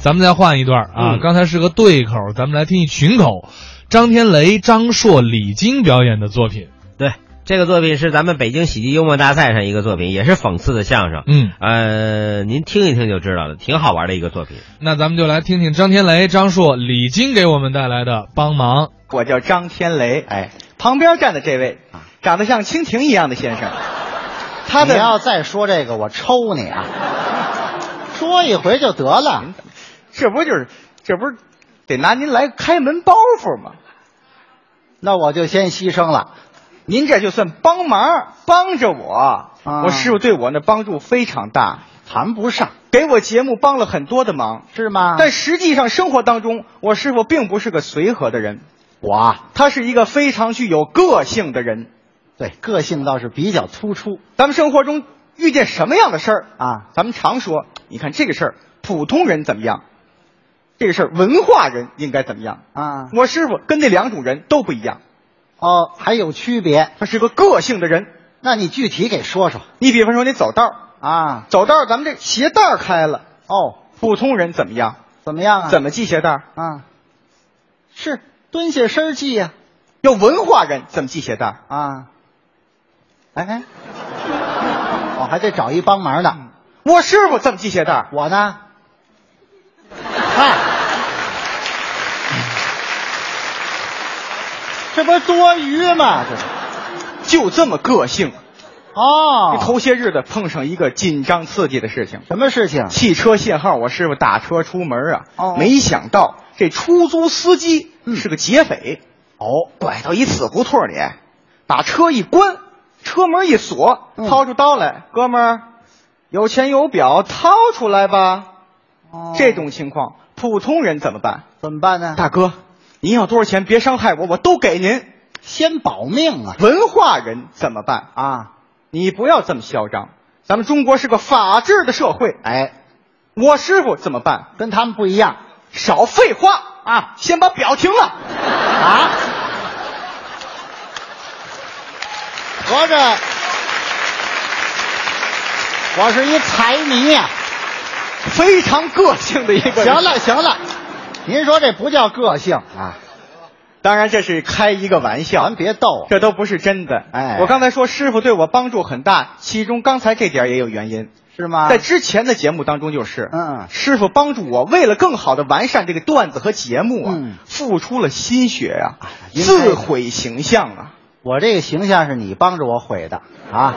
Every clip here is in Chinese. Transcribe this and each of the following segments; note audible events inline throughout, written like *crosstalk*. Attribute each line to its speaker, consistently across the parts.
Speaker 1: 咱们再换一段啊，
Speaker 2: 嗯
Speaker 1: 刚才是个对口，咱们来听一群口，张天雷、张硕、李菁表演的作品。
Speaker 2: 对，这个作品是咱们北京喜剧幽默大赛上一个作品，也是讽刺的相声。
Speaker 1: 嗯，
Speaker 2: 呃，您听一听就知道了，挺好玩的一个作品。
Speaker 1: 那咱们就来听听张天雷、张硕、李菁给我们带来的《帮忙》。
Speaker 3: 我叫张天雷，
Speaker 4: 哎，啊
Speaker 3: 旁边站的这位长得像蜻蜓一样的
Speaker 4: *laughs*
Speaker 3: 先生，他
Speaker 4: 你
Speaker 3: 的
Speaker 4: 要再说这个，我抽你啊！ *laughs* 说一回就得了。
Speaker 3: 这不就是这不是得拿您来开门包袱吗？
Speaker 4: 那我就先牺牲了。
Speaker 3: 您这就算帮忙，帮着我。我师傅对我那帮助非常大，
Speaker 4: 啊谈不上，啊
Speaker 3: 给我节目帮了很多的忙。
Speaker 4: 是吗？
Speaker 3: 但实际上，生活当中，我师傅并不是个随和的人，
Speaker 4: 我啊
Speaker 3: 他是一个非常具有个性的人。
Speaker 4: 对个性倒是比较突出
Speaker 3: 咱们生活中遇见什么样的事儿
Speaker 4: 啊，
Speaker 3: 咱们常说，你看这个事儿，普通人怎么样？这个事儿，文化人应该怎么样？
Speaker 4: 啊
Speaker 3: 我师傅跟那两种人都不一样，
Speaker 4: 哦，还有区别。
Speaker 3: 他是个个性的人。
Speaker 4: 那你具体给说说
Speaker 3: 你比方说，你走道儿，
Speaker 4: 啊？
Speaker 3: 走道儿咱们这鞋带儿开了，
Speaker 4: 哦，
Speaker 3: 普通人怎么样？
Speaker 4: 怎么样啊？
Speaker 3: 怎
Speaker 4: 么
Speaker 3: 么系鞋带儿？
Speaker 4: 啊？是蹲下身儿系呀
Speaker 3: 要文化人怎么系鞋带儿？
Speaker 4: 啊！哎 *laughs* 哎，我还得找一帮忙的。
Speaker 3: 我师傅怎么系鞋带儿？
Speaker 4: 我呢？嗨，这不是多余吗？这是
Speaker 3: 就这么个性。
Speaker 4: 哦
Speaker 3: 这，头些日子碰上一个紧张刺激的事情，
Speaker 4: 什么事情？
Speaker 3: 汽车限号，我师傅打车出门啊，
Speaker 4: 哦
Speaker 3: 没想到这出租司机
Speaker 4: 嗯
Speaker 3: 是个劫匪，
Speaker 4: 哦，
Speaker 3: 拐到一死胡同里，把车一关，车门一锁，
Speaker 4: 嗯
Speaker 3: 掏出刀来，哥们儿，有钱有表，掏出来吧。
Speaker 4: 哦
Speaker 3: 这种情况，普通人怎么办？
Speaker 4: 怎么办呢？
Speaker 3: 大哥，您要多少钱？别伤害我，我都给您。
Speaker 4: 先保命啊！
Speaker 3: 文化人怎么办？
Speaker 4: 啊，
Speaker 3: 你不要这么嚣张，咱们中国是个法治的社会。
Speaker 4: 哎，
Speaker 3: 我师傅怎么办？
Speaker 4: 跟他们不一样
Speaker 3: 少废话
Speaker 4: 啊
Speaker 3: 先把表停了。
Speaker 4: 啊！合着我是一财迷呀、
Speaker 3: 非常个性的一个人。
Speaker 4: 行了行了，您说这不叫个性啊？
Speaker 3: 当然这是开一个玩笑，
Speaker 4: 咱别逗
Speaker 3: 这都不是真的。
Speaker 4: 哎
Speaker 3: 我刚才说师傅对我帮助很大，其中刚才这点也有原因，
Speaker 4: 是吗？
Speaker 3: 在之前的节目当中就是，
Speaker 4: 啊嗯
Speaker 3: 师傅帮助我，为了更好的完善这个段子和节目啊，
Speaker 4: 嗯
Speaker 3: 付出了心血呀、
Speaker 4: 哎应该
Speaker 3: 自毁形象啊。
Speaker 4: 我这个形象是你帮着我毁的啊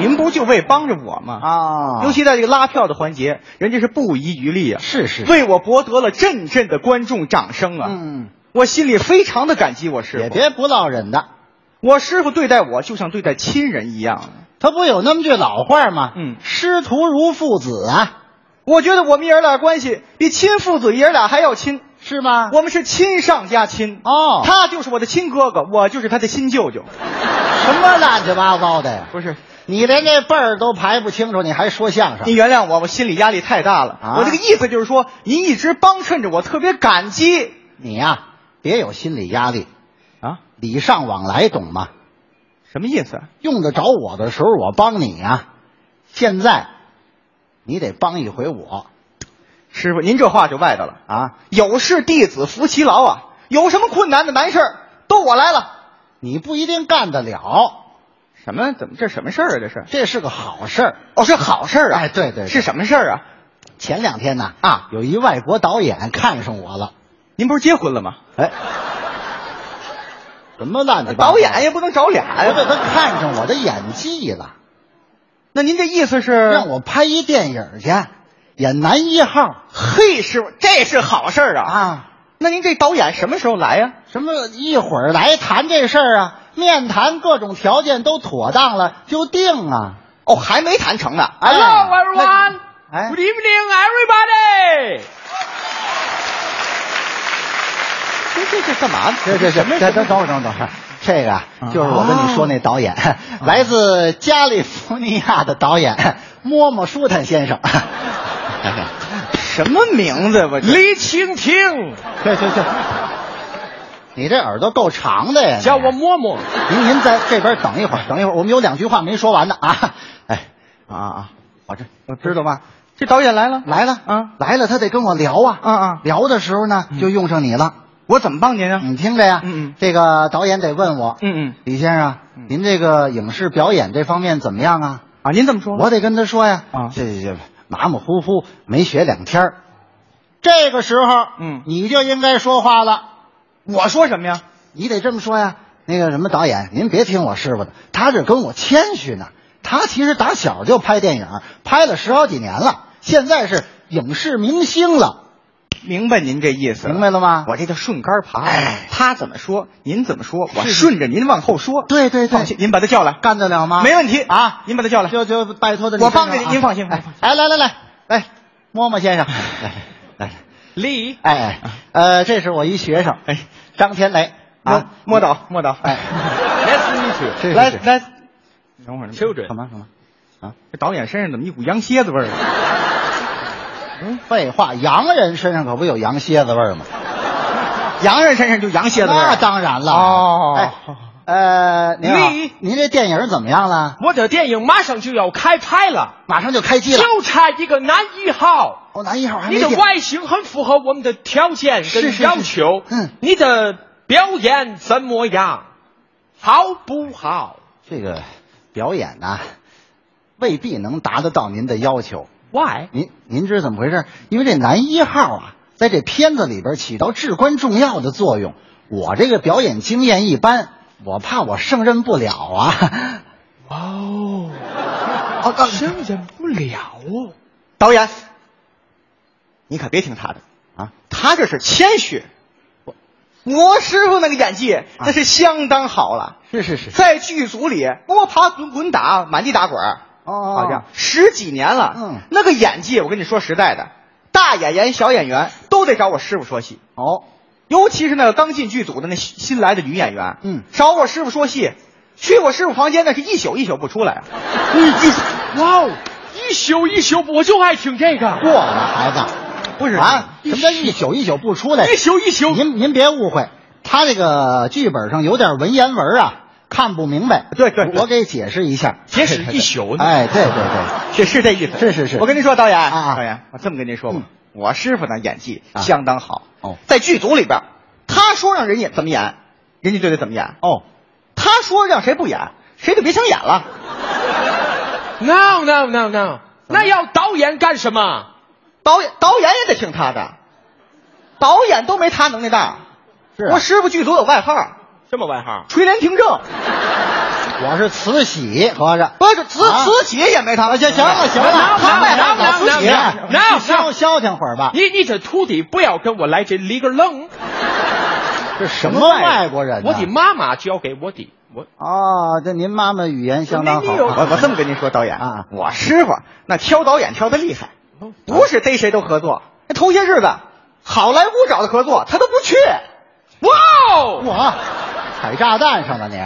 Speaker 3: 您不就为帮着我吗？
Speaker 4: 啊
Speaker 3: 尤其在这个拉票的环节，人家是不遗余力啊，
Speaker 4: 是是
Speaker 3: 为我博得了阵阵的观众掌声啊。
Speaker 4: 嗯，
Speaker 3: 我心里非常的感激我师傅，
Speaker 4: 也别不落忍的。
Speaker 3: 我师傅对待我就像对待亲人一样。
Speaker 4: 他不有那么句老话吗？
Speaker 3: 嗯
Speaker 4: 师徒如父子啊，
Speaker 3: 我觉得我们爷儿俩关系比亲父子爷儿俩还要亲，
Speaker 4: 是吗？
Speaker 3: 我们是亲上加亲。
Speaker 4: 哦
Speaker 3: 他就是我的亲哥哥，我就是他的亲舅舅。
Speaker 4: 什么乱七八糟的呀？
Speaker 3: 不是，
Speaker 4: 你连这辈儿都排不清楚，你还说
Speaker 3: 您
Speaker 4: 相声？
Speaker 3: 原谅我，我心理压力太大了。
Speaker 4: 啊
Speaker 3: 我这个意思就是说，您一直帮衬着我，特别感激
Speaker 4: 你呀、别有心理压力，
Speaker 3: 啊。
Speaker 4: 礼尚往来，懂吗？
Speaker 3: 什么意思？
Speaker 4: 用得着我的时候，我帮你啊。现在，你得帮一回我
Speaker 3: 师傅，您这话就外道了。
Speaker 4: 啊！
Speaker 3: 有事弟子服其劳啊，有什么困难的难事儿都我来了。
Speaker 4: 你不一定干得了，
Speaker 3: 什么？怎么这什么事儿啊？这是？
Speaker 4: 这是个好事儿。
Speaker 3: 哦，是好事儿啊。
Speaker 4: 哎对对对
Speaker 3: 是什么事儿啊？
Speaker 4: 前两天呢
Speaker 3: 啊
Speaker 4: 有一外国导演看上我了，
Speaker 3: 您不是结婚了吗？
Speaker 4: 哎，什么乱七八糟
Speaker 3: 哎导演也不能找俩
Speaker 4: 我对
Speaker 3: 呀。
Speaker 4: 哎他看上我的演技了，
Speaker 3: 那您这意思是
Speaker 4: 让我拍一电影去，演男一号
Speaker 3: 嘿，师傅，这是好事儿啊！
Speaker 4: 啊，
Speaker 3: 那您这导演什么时候来呀、
Speaker 4: 什么一会儿来谈这事儿啊，面谈各种条件都妥当了就定啊，
Speaker 3: 哦，还没谈成呢。
Speaker 4: 哎
Speaker 5: Hello everyone.
Speaker 4: 那哎
Speaker 5: Good evening, everybody.
Speaker 3: 这这这干嘛？
Speaker 4: 这这
Speaker 3: 什么
Speaker 4: 这
Speaker 3: 什
Speaker 4: 这
Speaker 3: 么
Speaker 4: 等等会儿等会儿等会儿，这个啊就是我跟你说那导演，
Speaker 3: 啊
Speaker 4: *laughs* 来自加利福尼亚的导演 *laughs* 摸摸舒坦
Speaker 3: *laughs*
Speaker 4: 先生。哎
Speaker 3: 什么名字？我这
Speaker 5: 李蜻蜓
Speaker 4: 对对对， *laughs* 你这耳朵够长的呀！
Speaker 5: 叫我摸摸。
Speaker 4: 您您在这边等一会儿，等一会儿，我们有两句话没说完呢啊！哎啊啊，我这我知道吗？
Speaker 3: 这导演来了，
Speaker 4: 来了，
Speaker 3: 啊
Speaker 4: 来了，他得跟我聊啊，
Speaker 3: 啊啊
Speaker 4: 聊的时候呢，就用上你了。
Speaker 3: 我怎么帮您啊？
Speaker 4: 你听着呀，
Speaker 3: 嗯嗯
Speaker 4: 这个导演得问我，
Speaker 3: 嗯嗯
Speaker 4: 李先生，啊您这个影视表演这方面怎么样啊？
Speaker 3: 啊，您怎么说？
Speaker 4: 我得跟他说呀，
Speaker 3: 啊
Speaker 4: 这这这马马虎虎，没学两天儿这个时候，
Speaker 3: 嗯
Speaker 4: 你就应该说话了，
Speaker 3: 我说什么呀？
Speaker 4: 你得这么说呀。那个什么导演，您别听我师傅的，他这跟我谦虚呢。他其实打小就拍电影，拍了十好几年了，现在是影视明星了，
Speaker 3: 明白您这意思，
Speaker 4: 明白了啊吗？
Speaker 3: 我这叫顺杆爬
Speaker 4: 哎，
Speaker 3: 他怎么说您怎么说，我
Speaker 4: 是是
Speaker 3: 顺着您往后说。
Speaker 4: 对对对
Speaker 3: 放心，您把他叫来，
Speaker 4: 干得了吗？
Speaker 3: 没问题
Speaker 4: 啊
Speaker 3: 您把他叫来。
Speaker 4: 就就拜托的，
Speaker 3: 我帮着您您放心
Speaker 4: 哎
Speaker 3: 放心，哎
Speaker 4: 哎来来来来，摸摸先生，来来来，
Speaker 3: 李，
Speaker 4: 哎哎，呃，这是我一学生，
Speaker 3: 哎，
Speaker 4: 张天雷
Speaker 3: 摸
Speaker 4: 啊，
Speaker 3: 摸倒摸倒， *laughs*
Speaker 4: *laughs* 哎，
Speaker 3: ，Nice to
Speaker 4: 是
Speaker 3: meet
Speaker 4: 是
Speaker 3: you，来
Speaker 4: 是
Speaker 3: 来，等会儿
Speaker 4: 什么什么？
Speaker 3: 这导演身上怎么一股羊蝎子味儿啊？
Speaker 4: 废话，洋人身上可不有羊蝎子味儿吗？
Speaker 3: 洋人身上就羊蝎子味儿
Speaker 4: 那
Speaker 3: 啊。
Speaker 4: 当然了。
Speaker 3: 哦
Speaker 4: 哎，呃，您好
Speaker 5: 你，
Speaker 4: 您这电影怎么样了？
Speaker 5: *laughs* 我的电影马上就要开拍了，
Speaker 4: 马上就开机了。
Speaker 5: 就差一个男一号。
Speaker 4: 哦，男一
Speaker 3: 哎
Speaker 4: 号还没
Speaker 5: 你的
Speaker 4: 定
Speaker 5: 外形很符合我们的条件
Speaker 4: 是是
Speaker 5: 跟
Speaker 4: 是
Speaker 5: 要求，
Speaker 4: 嗯
Speaker 5: 你的表演怎么样？好不好？
Speaker 4: 这个表演呢、未必能达得到您的要求。
Speaker 5: Why？
Speaker 4: 您您知道怎么回事？因为这男一号啊，在这片子里边起到至关重要的作用。我这个表演经验一般，我怕我胜任不了啊。
Speaker 5: 哦，
Speaker 4: 哦， *laughs* 啊
Speaker 5: 胜任不了哦。
Speaker 3: 啊导演，你可别听他的
Speaker 4: 啊，
Speaker 3: 他这是谦虚。我师傅那个演技那是相当好了，
Speaker 4: 是是是，
Speaker 3: 在剧组里摸爬滚滚打，满地打滚儿，
Speaker 4: 哦
Speaker 3: 好像十几年了。
Speaker 4: 嗯
Speaker 3: 那个演技，我跟你说实在的，大演员、小演员都得找我师傅说戏，
Speaker 4: 哦，
Speaker 3: 尤其是那个刚进剧组的那新新来的女演员，
Speaker 4: 嗯
Speaker 3: 找我师傅说戏，去我师傅房间那是一宿一宿不出来啊。
Speaker 5: 哇哦，一宿一宿，我就爱听这
Speaker 4: 过
Speaker 5: 个。
Speaker 4: 了孩子，
Speaker 3: 不是
Speaker 4: 啊，什么叫一宿一宿不出来？
Speaker 5: 一宿一宿，
Speaker 4: 哎您您别误会，他这个剧本上有点文言文啊，看不明白。
Speaker 3: 对对对
Speaker 4: 我给解释一下。
Speaker 5: 解释一宿呢
Speaker 4: 哎，对对对，
Speaker 3: 是是这意思，
Speaker 4: 是是是
Speaker 3: 我跟您说，导演，
Speaker 4: 啊啊
Speaker 3: 导演，我这么跟您说吧，
Speaker 4: 嗯
Speaker 3: 我师傅呢演技
Speaker 4: 啊
Speaker 3: 相当好。
Speaker 4: 哦
Speaker 3: 在剧组里边，他说让人家怎么演，人家就得怎么演；
Speaker 4: 哦，
Speaker 3: 他说让谁不演，谁就别想演了。
Speaker 5: No no no no，那要导演干什么？
Speaker 3: 导演导演也得听他的，导演都没他能耐大。
Speaker 4: 是啊
Speaker 3: 我师傅剧组有外号
Speaker 5: 什么外号？
Speaker 3: “垂帘听政
Speaker 4: 我是慈禧，合着”，
Speaker 3: 不是慈
Speaker 4: 啊
Speaker 3: 慈禧也没他。
Speaker 4: 行行了行了，他外号搞慈禧，你消消停会儿吧。
Speaker 5: 你你这徒弟不要跟我来这里个愣。
Speaker 4: 这什么外国人？啊
Speaker 5: 我的妈妈教给我的，我
Speaker 4: 哦，这您妈妈语言相当好。
Speaker 3: 我我这么跟您说，导演
Speaker 4: 啊
Speaker 3: 我师傅那挑导演挑的厉害，不是逮谁都合作。哦那头些日子，好莱坞找他合作，他都不去。
Speaker 5: 哇哦，
Speaker 4: 我踩炸弹上了你？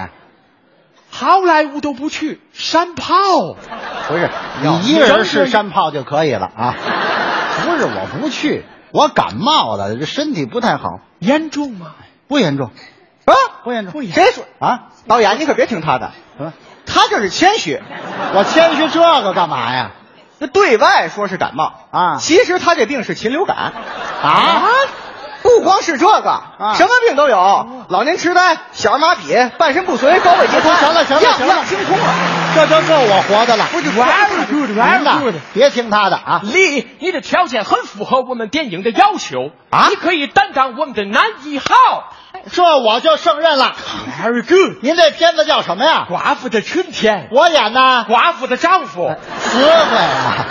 Speaker 5: 好莱坞都不去，山炮。
Speaker 4: 不是，你一个人吃山炮就可以了啊。不是，我不去，我感冒了，这身体不太好，
Speaker 5: 严重吗？
Speaker 4: 不严重
Speaker 3: 啊，
Speaker 4: 不严重
Speaker 3: 谁说？
Speaker 4: 啊。
Speaker 3: 导演，你可别听他的，
Speaker 4: 什么？
Speaker 3: 他这是谦虚。
Speaker 4: 嗯我谦虚这个干嘛呀？
Speaker 3: 那对外说是感冒
Speaker 4: 啊
Speaker 3: 其实他这病是禽流感
Speaker 4: 啊，
Speaker 3: 不光是这个，什么病都
Speaker 4: 哦
Speaker 3: 有，老年痴呆、小儿麻痹、半身不遂、高位截瘫，
Speaker 4: 行了行了
Speaker 3: 样
Speaker 4: 行了
Speaker 3: 样精通了。
Speaker 4: 这就够我活的了。
Speaker 3: 不是
Speaker 5: Very good,
Speaker 4: 您
Speaker 5: very
Speaker 4: 呐
Speaker 5: good。，
Speaker 4: 别听他的啊。
Speaker 5: 李，你的条件很符合我们电影的要求
Speaker 4: 啊
Speaker 5: 你可以担当我们的男一号。
Speaker 4: 这我就胜任了。
Speaker 5: Very good，
Speaker 4: 您这片子叫什么呀？
Speaker 5: 寡妇的春天，
Speaker 4: 我演的
Speaker 5: 寡妇的丈夫，
Speaker 4: 词汇啊，